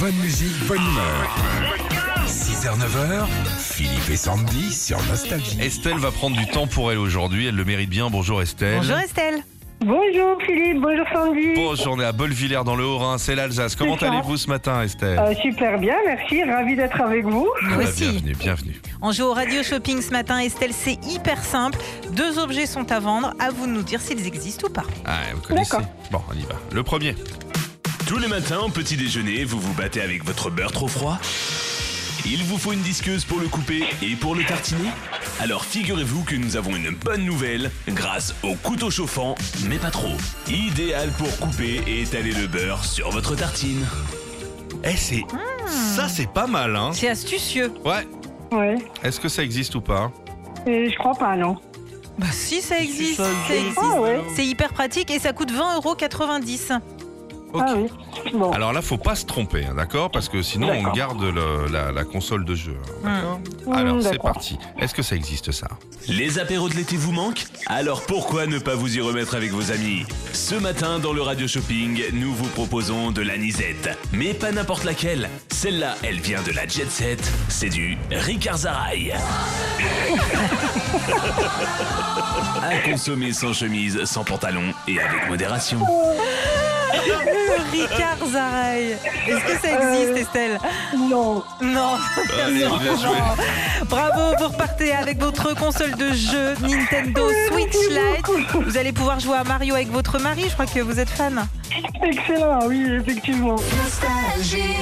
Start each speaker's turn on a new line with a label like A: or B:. A: Bonne musique, bonne humeur. 6h-9h, Philippe et Sandy sur Nostalgie.
B: Estelle va prendre du temps pour elle aujourd'hui, elle le mérite bien. Bonjour Estelle.
C: Bonjour Estelle.
D: Bonjour Philippe, bonjour Sandy.
B: Bonjour, on est à Bolvillers dans le Haut-Rhin, c'est l'Alsace. Comment
D: ça.
B: allez-vous ce matin Estelle
D: Euh, super bien, merci, ravi d'être avec vous.
B: Ah
C: Nous
B: bah,
C: aussi.
B: Bienvenue, bienvenue.
C: On joue au radio shopping ce matin, Estelle. C'est hyper simple. Deux objets sont à vendre. À vous de nous dire s'ils existent ou pas.
B: Ah, vous connaissez.
D: D'accord.
B: Bon, on y va. Le premier.
E: Tous les matins, au petit déjeuner, vous vous battez avec votre beurre trop froid Il vous faut une disqueuse pour le couper et pour le tartiner Alors figurez-vous que nous avons une bonne nouvelle grâce au couteau chauffant, mais pas trop. Idéal pour couper et étaler le beurre sur votre tartine.
B: Eh, c'est. Ça, c'est pas mal, hein
C: C'est astucieux.
B: Ouais.
D: Ouais,
B: Est-ce que ça existe ou pas
D: et je crois pas, non.
C: Bah si, ça existe.
B: ça
C: ça
B: existe.
C: existe.
D: Ah ouais.
C: C'est hyper pratique et ça coûte 20,90 euros.
B: Ok.
D: Ah oui. Bon,
B: Alors là, faut pas se tromper, hein, d'accord Parce que sinon, on
D: D'accord.
B: garde le- la, la console de jeu. hein, d'accord
D: Hmm,
B: Alors, c'est
D: d'accord.
B: parti. Est-ce que ça existe, ça
E: Les apéros de l'été vous manquent Alors pourquoi ne pas vous y remettre avec vos amis Ce matin dans le Radio Shopping, nous vous proposons de l'anisette. Mais pas n'importe laquelle. Celle-là, elle vient de la Jet Set. C'est du Ricard Zaraï. à consommer sans chemise, sans pantalon et avec modération.
C: Ricard Zaraï. Est-ce que ça existe, Estelle
D: non.
C: Non.
B: Allez, bien joué.
C: Bravo, vous repartez avec votre console de jeu Nintendo Switch Lite. Vous allez pouvoir jouer à Mario avec votre mari. Je crois que vous êtes fan.
D: Excellent, oui, effectivement.
F: Nostalgie.